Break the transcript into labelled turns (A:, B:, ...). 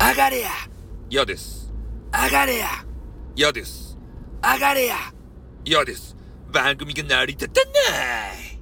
A: 上がれや
B: 嫌です
A: 上がれや
B: 嫌です
A: 上がれや
B: 嫌です番組が成り立たない